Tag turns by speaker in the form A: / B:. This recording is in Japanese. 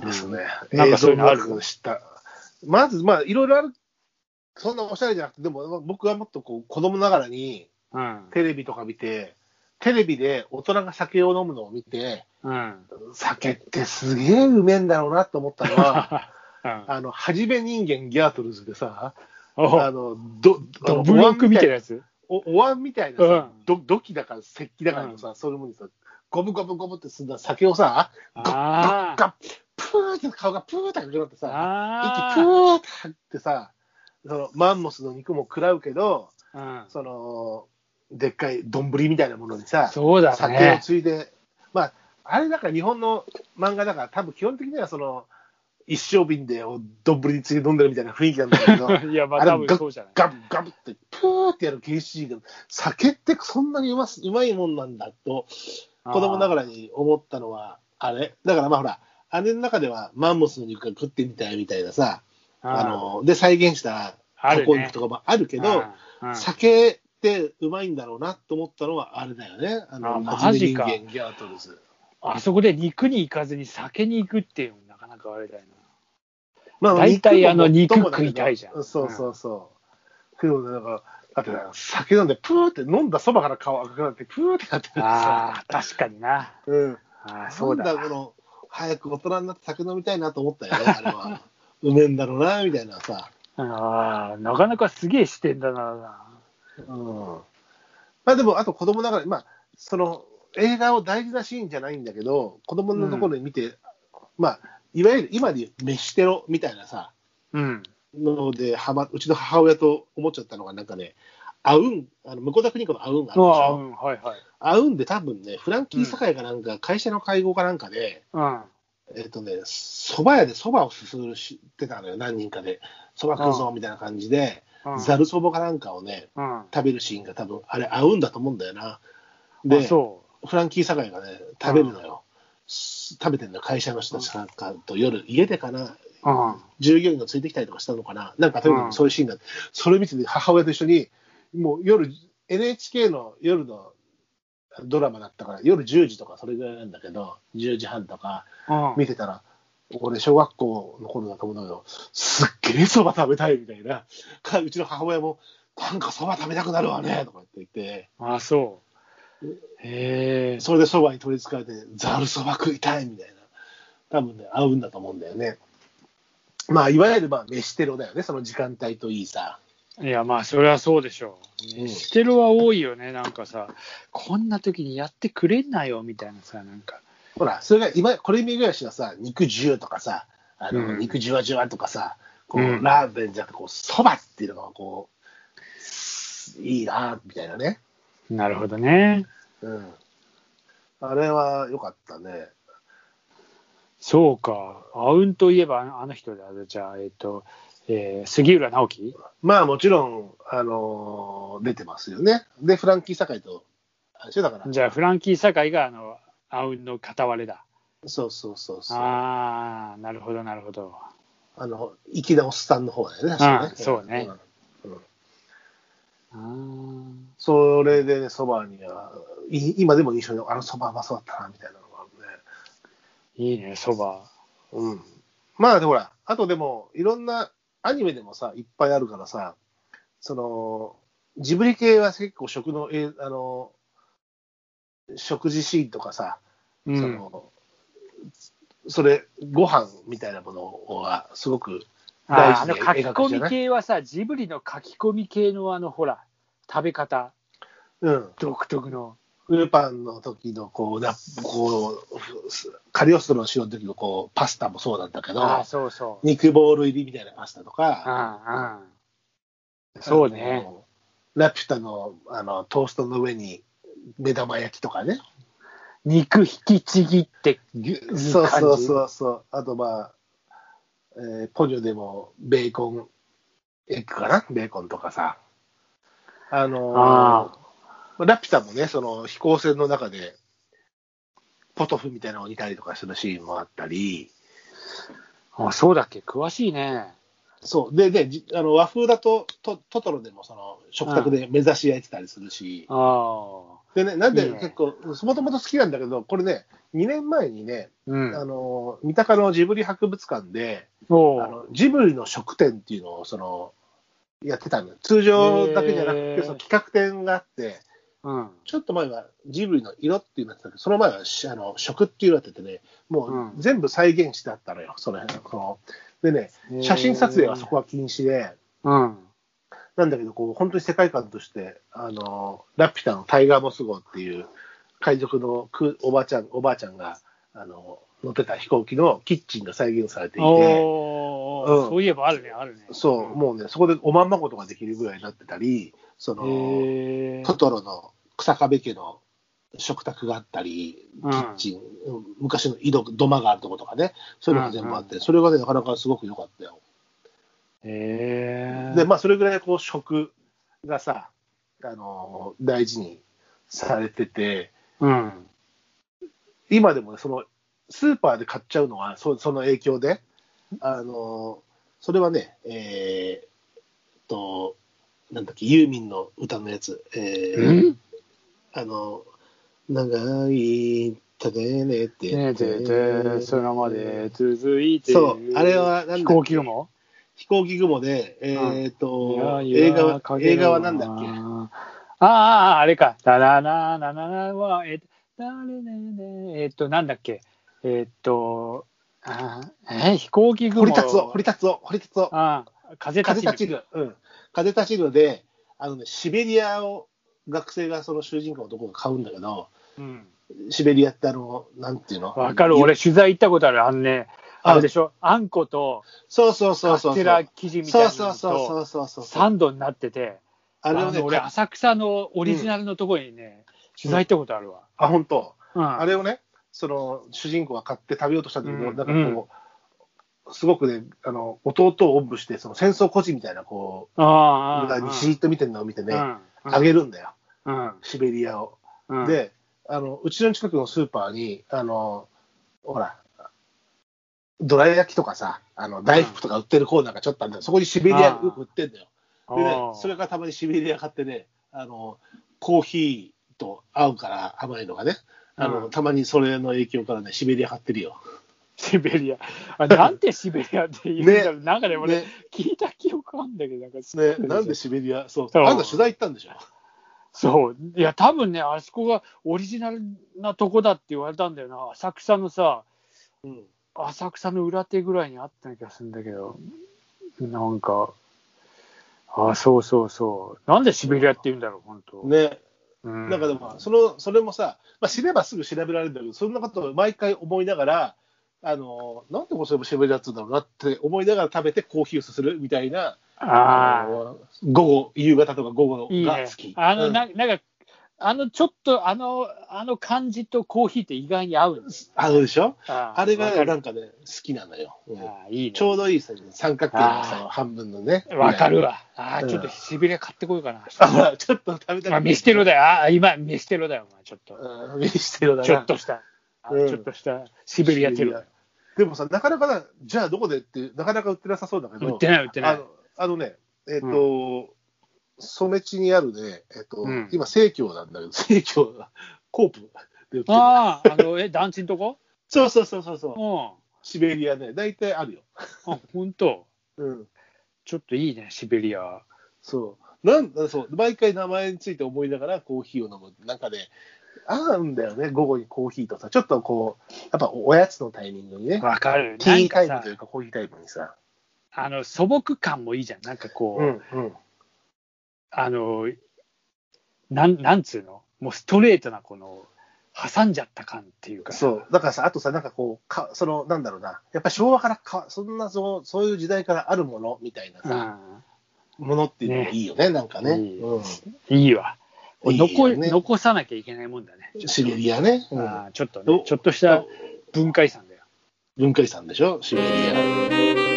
A: なん
B: 映
A: かそ
B: 像
A: ういうの
B: な
A: ある
B: くした。まず、まあ、いろいろある。そんなおしゃれじゃなくて、でも僕はもっとこう子供ながらに
A: うん。
B: テレビとか見て、テレビで大人が酒を飲むのを見て、
A: うん。
B: 酒ってすげえうめえんだろうなと思ったのは、
A: うん
B: あの、はじめ人間ギャートルズでさ、
A: お
B: あの、ど、あの
A: ブロックみたい
B: お椀
A: なやつ
B: おお椀みたいな
A: う
B: さ
A: ん、
B: ど土器だから石器だからのさ、そういうものにさ、ゴブゴブゴブってすんだ酒をさ、
A: あ
B: ガ
A: ー
B: ップーって顔がプーってかくなってさ、息
A: あ
B: プーって吐ってさ、そのマンモスの肉も食らうけど、
A: ーうん
B: その、でっかい丼みたいなものにさ、
A: そうだ
B: 酒を
A: ね。
B: ついで、まあ、あれだから日本の漫画だから、多分基本的にはその、一升瓶でお丼についで飲んでるみたいな雰囲気なんだけ ど、
A: いや、ま
B: あ
A: あ
B: れ
A: 多分そうじゃない。
B: ガブガブって、プーってやる原始人が、酒ってそんなにうますうまいもんなんだと、子供なが
A: ら。
B: らに思ったのは、あれだからまあほら、あれの中ではマンモスの肉が食ってみたいみたいなさ、あの、で再現した
A: あ
B: タ
A: るね
B: コ肉とかもあるけど、
A: うんうん
B: 酒ってうまいんだろうなと思ったのはあれだよね。あの、真
A: あ
B: 面目
A: マジ
B: 人間ギャートルズ。
A: あそこで肉に行かずに酒に行くっていうのもなかなかあれだよな。
B: ま
A: 大体
B: 肉も
A: あの肉
B: もっともだけど
A: 食いたいじゃん
B: そうそうそう。でもねなんか、だってな酒飲んで、プーって飲んだそばから顔赤くなって、プーってなってるさ。
A: ああ、確かにな。
B: うん。
A: ああ、
B: そ
A: そう
B: うだ
A: だ。
B: この早く大人になって酒飲みたいなと思ったよね、あれは。 うめえんだろうな、みたいなさ。
A: ああ、なかなかすげえ視点だな。
B: うん。まあでも、あと子供ながら、まあ、その映画を大事なシーンじゃないんだけど、子供のところに見て、まあ、いわゆる今でいう飯テロみたいなさ、
A: うん。
B: ので、はま、うちの母親と思っちゃったのが、なんかね、あうん、あの向田邦子のあうんがあ
A: あ
B: るでし
A: あ、う
B: ょ
A: ん、はいはい。
B: あうんで多分ね、フランキー堺かなんか、会社の会合かなんかで、
A: うん。
B: えっとね、蕎麦屋で蕎麦をすするしてたのよ、何人かで。蕎麦食うぞみたいな感じで、
A: うん
B: ざるそばかなんかをね、
A: うん。
B: 食べるシーンが多分、あれ合うんだと思うんだよな。
A: で、
B: で、
A: そ
B: フランキー堺がね、食べるのよ。す食べてるのよ会社の人たちなんかと夜、家でかな、
A: う。うん。
B: 従業員がついてきたりとかしたのかな、なんかとにか
A: うん
B: くそういうシーンが、それ見てて母親と一緒に、もう夜、NHK の夜のドラマだったから、夜10時とかそれぐらいなんだけど、10時半とか、
A: うん
B: 見てたら、俺、小学校の頃だと思うんだけど、すっげえそば食べたいみたいな、かうちの母親も、なんかそば食べたくなるわねとか言って言って、
A: ああ、そう。へえ。
B: それでそばに取りつかれて、ざるそば食いたいみたいな、多分ね、合うんだと思うんだよね。まあ、いわゆる、まあ、飯テロだよね、その時間帯といいさ。
A: いや、まあ、それはそうでしょう。
B: うん
A: 飯テロは多いよね、なんかさ、こんな時にやってくれんなよ、みたいなさ、なんか。
B: ほら、それが今、これ見ぐらしはさ、肉汁とかさ、あの
A: うん
B: 肉じゅわじゅわとかさ、こう
A: うん
B: ラーメンじゃなくてこう、そばっていうのが、こう、いいな、みたいなね。
A: なるほどね。
B: うんあれは良かったね。
A: そうか。アウンといえば、あのあの人だ。じゃあ、えっと、えー杉浦直樹
B: まあもちろん、あのー出てますよね。で、フランキー堺と、あれでしょだから、
A: じゃあ、フランキー堺が、あの、アウンの片割れだ。
B: そうそうそうそう。あ
A: ああ、なるほど、なるほど。
B: の、粋なおっさんの方だよね、
A: うんそうね
B: ん
A: あー
B: それでね、そばには、い今でも印象に、あのそばうまそうだったな、みたいなのがあ
A: いいね、そば。
B: るね。うん。まあ、でほら、あとでも、いろんなアニメでもさ、いっぱいあるからさ、その、ジブリ系は結構食の、えあの、食事シーンとかさ、
A: う
B: そ
A: ん。
B: のそれご飯みたいなものはすごく大
A: あーあ
B: 事
A: の
B: に
A: 書き
B: 描くじ
A: 込
B: ゃ
A: み
B: ない、
A: 系はさ、ジブリの書き込み系のあの、ほら、食べ方、
B: うん、
A: 独特の。
B: ウルパンの時のこうラこうふカリオストロの城の時のこうパスタもそうなんだけど
A: ああ、そうそう。
B: 肉ボール入りみたいなパスタとか
A: ああ、そうね
B: あのラピュタのあのトーストの上に目玉焼きとかね
A: 肉引きちぎって、
B: ぎゅ
A: じ
B: そうそうそうそうあとまあ、えーポニョでもベーコンエッグかなベーコンとかさあのー
A: あ
B: まあラピュタもねその飛行船の中でポトフみたいなのを煮たりとかするシーンもあったり
A: あそうだっけ、詳しいね。
B: そうででじあの和風だとトトトロでもその食卓で目指し焼いてたりするし、
A: ああ、
B: でね、なん
A: いい
B: で
A: ね
B: 結構、もともと好きなんだけど、これね、2年前にね、
A: う
B: あ
A: ん。
B: の、三鷹のジブリ博物館で、
A: お
B: あ
A: う
B: のジブリの食展っていうのを、その、やってたのよ通常だけじゃなく
A: へ
B: て、
A: ー
B: その企画展があって、
A: うん。
B: ちょっと前はジブリの色っていうのやってたけど、その前はしあの食っていうのやっててね、も
A: う
B: う全部再現してあったのよ、その辺の。そのでね、写真撮影はそこは禁止で、
A: うん。
B: なんだけど、こう、本当に世界観として、あの、ラピュタのタイガーモス号っていう、海賊のくおばあちゃん、おばあちゃんが、あの、乗ってた飛行機のキッチンが再現されていて、
A: お
B: う
A: ー
B: ん
A: そういえばあるね、あるね。
B: そう、もうね、そこでおまんまことができるぐらいになってたり、その、
A: へー
B: トトロの草壁家の食卓があったり、キ
A: うん
B: ッチン、昔の井戸、土間があるとことかね、そういうのが全部あって、それがね、なかなかすごく良かったよ。
A: へー
B: で、まあ、それぐらいこう食がさ、あの大事にされてて、
A: うん。
B: 今でもね、そのスーパーで買っちゃうのは、そその影響で、あのそれはね、えー、と、なんだっけ、ユーミンの歌のやつ、えー
A: ん
B: あの、長い、たねねって。
A: ねえ、てて、そのまで続いている
B: そうあれはなんだっけ
A: 飛行機雲
B: 飛行機雲で、えー、と、
A: いやい
B: 映
A: や
B: 画は、
A: 影
B: 映
A: の
B: 画はなんだっけ
A: ああああ、あれか。だらららららは、えっと、だれねねえっと、なんだっけ。えっと、ああえ飛行機雲
B: 堀達夫、堀達夫、堀達夫。
A: ああ、風立
B: 風
A: ち
B: 立ち
A: ぬ。
B: る、うん、風立ちるで、あのね、シベリアを学生がその主人公のとこが買うんだけど、
A: うん
B: シベリアってあの、なんていうの
A: わかる。。俺、取材行ったことある。あのね、
B: あ
A: あれでしょ。あんこと、
B: そうそうそうそう。
A: カステラ生地みたい
B: そ
A: な
B: う
A: の
B: そう
A: と、
B: そうそうそうそう。
A: サンドになってて、
B: あれを
A: あ
B: ね
A: の、俺、
B: か
A: 浅草のオリジナルのところにね、取材行ったことあるわ。
B: あ、本当。
A: うん
B: あれをね、その主人公が買って食べようとしたんだけど、
A: うん
B: なんかこう、すごくね、あの、弟をおんぶして、その戦争孤児みたいな、こう、
A: ああああああ。
B: じーっと見てるのを見てね、
A: うん
B: あげるんだよ、
A: うん
B: シベリアを。
A: うん、
B: で、あの、うちの近くのスーパーに、あの、ほら、どら焼きとかさ、あの、大福とか売ってるコーナーがちょっとあるんだよ。そこにシベリア
A: ああ
B: よく売ってんだよ。
A: あ
B: でね
A: ー、
B: それからたまにシベリア買ってね、あの、コーヒーと合うから甘いのがね、あの、
A: うん
B: たまにそれの影響からね、シベリア買ってるよ。
A: シベリア。あなんてシベリアって言うんだろう。なんかね、俺、
B: ね、
A: 聞いた記憶あるんだけど、なんか、
B: ね、なんでシベリア、そう、
A: そう
B: あんた取材行ったんでしょ。
A: そう。いや、多分ね、あそこがオリジナルなとこだって言われたんだよな。浅草のさ、
B: うん。
A: 浅草の裏手ぐらいにあった気がするんだけど、なんか、あ、そうそうそう。なんでシベリアって言うんだろう、本当。
B: ね、
A: うん
B: なんかでも、その、それもさ、まあ、知ればすぐ調べられるんだけど、そんなことを毎回思いながら、あの、なんでこそれもシベリアっつうんだろうなって思いながら食べてコーヒーをすするみたいな、
A: ああ。
B: の午後、夕方とか午後
A: いい
B: が
A: ね
B: 好き。。
A: あ
B: う
A: の、
B: ん
A: ななんか、あの、ちょっと、あの、あの感じとコーヒーって意外に合うんです。
B: あのでしょ
A: あー
B: あれが
A: わ
B: ね
A: か
B: な
A: る
B: んかね、好きなのよ。うん
A: あーいいね。
B: ちょうどいいさ、三角形のさ
A: あ、
B: 半分のね。
A: わかるわ。あ
B: う
A: あ、
B: ん
A: ちょっとシベリア買ってこようかな。
B: あ。ちょっと食べた
A: まあ、飯テロだよ。ああ、今、飯テロだよ、お前ちょっと。
B: うん飯テロだな。
A: ちょっとした、あ
B: うん
A: ちょっとしたシベリアテロだよ。
B: でもさ、なかなかな、じゃあどこでって、なかなか売ってなさそうだけど。
A: 売ってない、売ってな
B: あ
A: い
B: の。あのね、えっ、と、染地にあるね、えっ、と、
A: うん
B: 今、生協なんだけど、 生協がコープで売ってる。
A: ああ、あの、え、団地のとこ
B: そうそうそうそうそうう。
A: ん。
B: シベリアね、大体あるよ。
A: あ、ほんと。
B: うん。
A: ちょっといいね、シベリア。
B: そう。なんだそう。毎回名前について思いながらコーヒーを飲む。なんかね、合うんだよね、午後にコーヒーとさ、ちょっとこう、やっぱおやつのタイミングにね、
A: わかる。
B: ティータイ
A: なん
B: ム
A: か
B: という
A: さ、
B: かコーヒータイムにさ。
A: あの、素朴感もいいじゃん。なんかこ
B: う
A: う、
B: んうん。
A: あの、なん、なんつうのもうストレートなこの、挟んじゃった感っていうか。
B: そう。だからさ、あとさ、なんかこう、かその、なんだろうな、やっぱ昭和からか、そんなそう、そういう時代からあるものみたいな
A: う
B: さ、
A: ん。
B: ものっていうのがいいよね、なんかね。
A: いい
B: うん
A: いいわ。
B: いいよ
A: 残
B: ね
A: 残さなきゃいけないもんだね。
B: シベリアね。うん
A: あーちょっと
B: ど
A: ね、ちょっとした文化遺産だよ。
B: 文化遺産でしょ、シベリア。